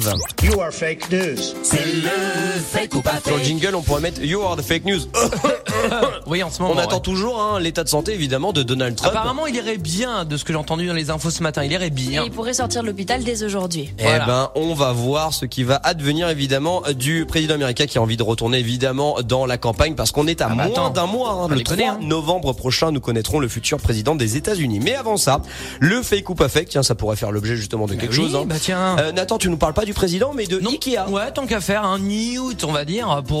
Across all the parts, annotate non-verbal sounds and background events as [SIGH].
20. You are fake news. C'est le fake ou pas Sur le fake. jingle, on pourrait mettre You are the fake news. Oui, en ce moment. on attend Oh, ouais. toujours hein, l'état de santé, évidemment, de Donald Trump. Apparemment, il irait bien de ce que j'ai entendu dans les infos ce matin. Il irait Et bien. il pourrait sortir de l'hôpital dès aujourd'hui. Eh Voilà. ben, on va voir ce qui va advenir évidemment du président américain qui a envie de retourner évidemment dans la campagne parce qu'on est à Ah bah moins attends, d'un mois. hein. pas le 3 déconner, hein. novembre prochain, nous connaîtrons le futur président des États-Unis. Mais avant ça, le fake ou pas fake, tiens, ça pourrait faire l'objet justement de quelque Oui, chose. hein. Bah tiens. Euh, Nathan, tu nous parles pas du président, mais de Non. Ikea. Ouais, tant qu'à faire, un newt, on va dire, pour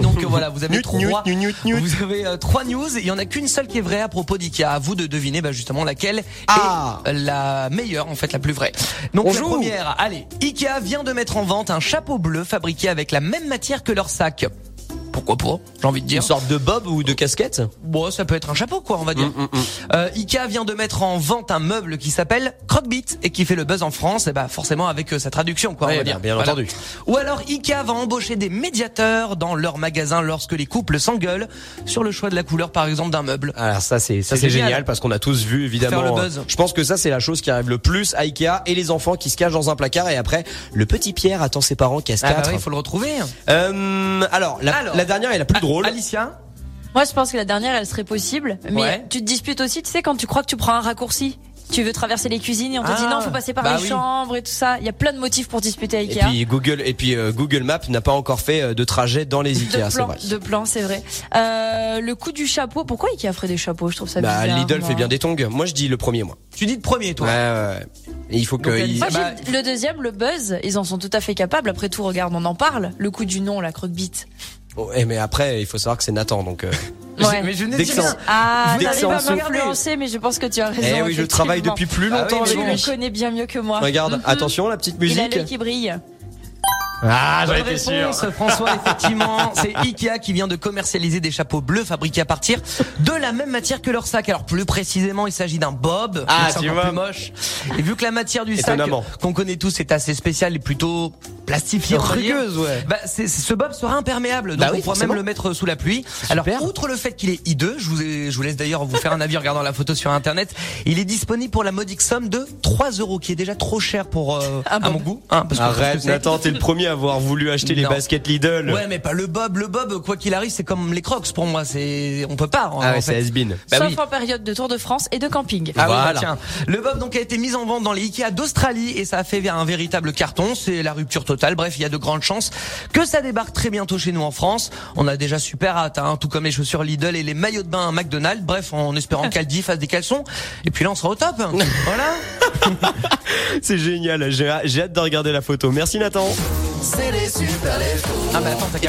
[LAUGHS] Donc voilà, vous avez Newt, trois. newt, newt, newt, newt. Vous avez euh, trois news et il y en a qu'une seule qui est vraie à propos d'IKEA. À vous de deviner bah, justement laquelle Ah. est la meilleure, en fait la plus vraie. Donc On la joue. première, allez, IKEA vient de mettre en vente un chapeau bleu fabriqué avec la même matière que leur sac. Pourquoi pas J'ai envie de Une dire. sorte de bob ou de casquette Bon, ça peut être un chapeau quoi, on va dire. Mm, Euh, Ikea vient de mettre en vente un meuble qui s'appelle Crockbit et qui fait le buzz en France, et bah forcément avec euh, sa traduction quoi, Ouais, on va bah, dire. bien entendu. Ou alors Ikea va embaucher des médiateurs dans leur magasin lorsque les couples s'engueulent sur le choix de la couleur par exemple d'un meuble. Alors ça c'est ça C'est c'est génial. génial parce qu'on a tous vu évidemment. Faire le buzz. euh, Je pense que ça c'est la chose qui arrive le plus à Ikea et les enfants qui se cachent dans un placard et après le petit Pierre attend ses parents casse Ah bah quatre. oui, il faut le retrouver. Euh, alors, la, Alors. la dernière est la plus drôle. Ah, Alicia Moi, je pense que la dernière, elle serait possible. Mais Ouais. tu te disputes aussi, tu sais, quand tu crois que tu prends un raccourci. Tu veux traverser les cuisines et on te Ah, dit non, faut passer par bah les oui. chambres et tout ça. Il y a plein de motifs pour disputer à et Ikea. puis Google et puis euh, Google Maps n'a pas encore fait euh, de trajet dans les de Ikea, c'est plans, vrai. de plans, c'est vrai. Euh, le coup du chapeau, pourquoi Ikea ferait des chapeaux Je trouve ça Bah, bizarre. Lidl moi. fait bien des tongs. Moi, je dis le premier, moi. Tu dis de premier toi. Ouais, ouais, ouais. Et il faut que. Donc, elle il- dit- Moi, j'ai- Bah, le deuxième, le buzz, ils en sont tout à fait capables. Après tout, regarde, on en parle. Le coup du nom, la croque-bite. Oh, eh, mais après, il faut savoir que c'est [LAUGHS] Nathan, donc. euh, Je- Ouais. Mais je ne Dès dis que ça- rien. Ah, Dès que t'arrives ça en à souffle. m'influencer, mais je pense que tu as raison. Eh oui, je travaille effectivement. depuis plus Ah oui, longtemps mais avec Tu bon. lui. le connais bien mieux que moi. Regarde, [LAUGHS] Mhm. attention la petite Il a musique. l'œil qui brille. Ah, Bonne réponse, François, [LAUGHS] effectivement. C'est Ikea qui vient de commercialiser des chapeaux bleus fabriqués à partir de la même matière que leur sac. Alors, plus précisément, il s'agit d'un bob. Ah, donc c'est tu encore vois. plus moche. Et vu que la matière du sac, Étonnamment. qu'on connaît tous, est assez spéciale et plutôt plastifiée, on va dire, Rugueuse, ouais. bah, c'est- c'est- ce bob sera imperméable. Donc, Bah oui, on pourra forcément. même le mettre sous la pluie. Alors, outre le fait qu'il est hideux, je vous, ai- je vous laisse d'ailleurs vous faire un avis en regardant la photo sur Internet. Il est disponible pour la modique somme de 3 euros, qui est déjà trop cher pour, euh, Un à bob. mon goût. Hein, parce que je pense que Ah Arrête, c'est- Nathan, t'es le premier à avoir voulu acheter les Non. baskets Lidl. Ouais, mais pas le Bob. Le Bob, quoi qu'il arrive, c'est comme les Crocs pour moi. C'est, on peut pas. en- ah ouais, en c'est fait. has-been. Sauf en période de Tour de France et de camping. Ah oui, bah Voilà. tiens. Le Bob donc a été mis en vente dans les Ikea d'Australie et ça a fait un véritable carton. C'est la rupture totale. Bref, il y a de grandes chances que ça débarque très bientôt chez nous en France. On a déjà super hâte, hein, tout comme les chaussures Lidl et les maillots de bain à McDonald's. Bref, en espérant qu'Aldi fasse des caleçons. Et puis là, on sera [LAUGHS] au top. Voilà. C'est génial, j'ai j'ai hâte de regarder la photo. Merci Nathan. Ah mais attends, t'as qu'à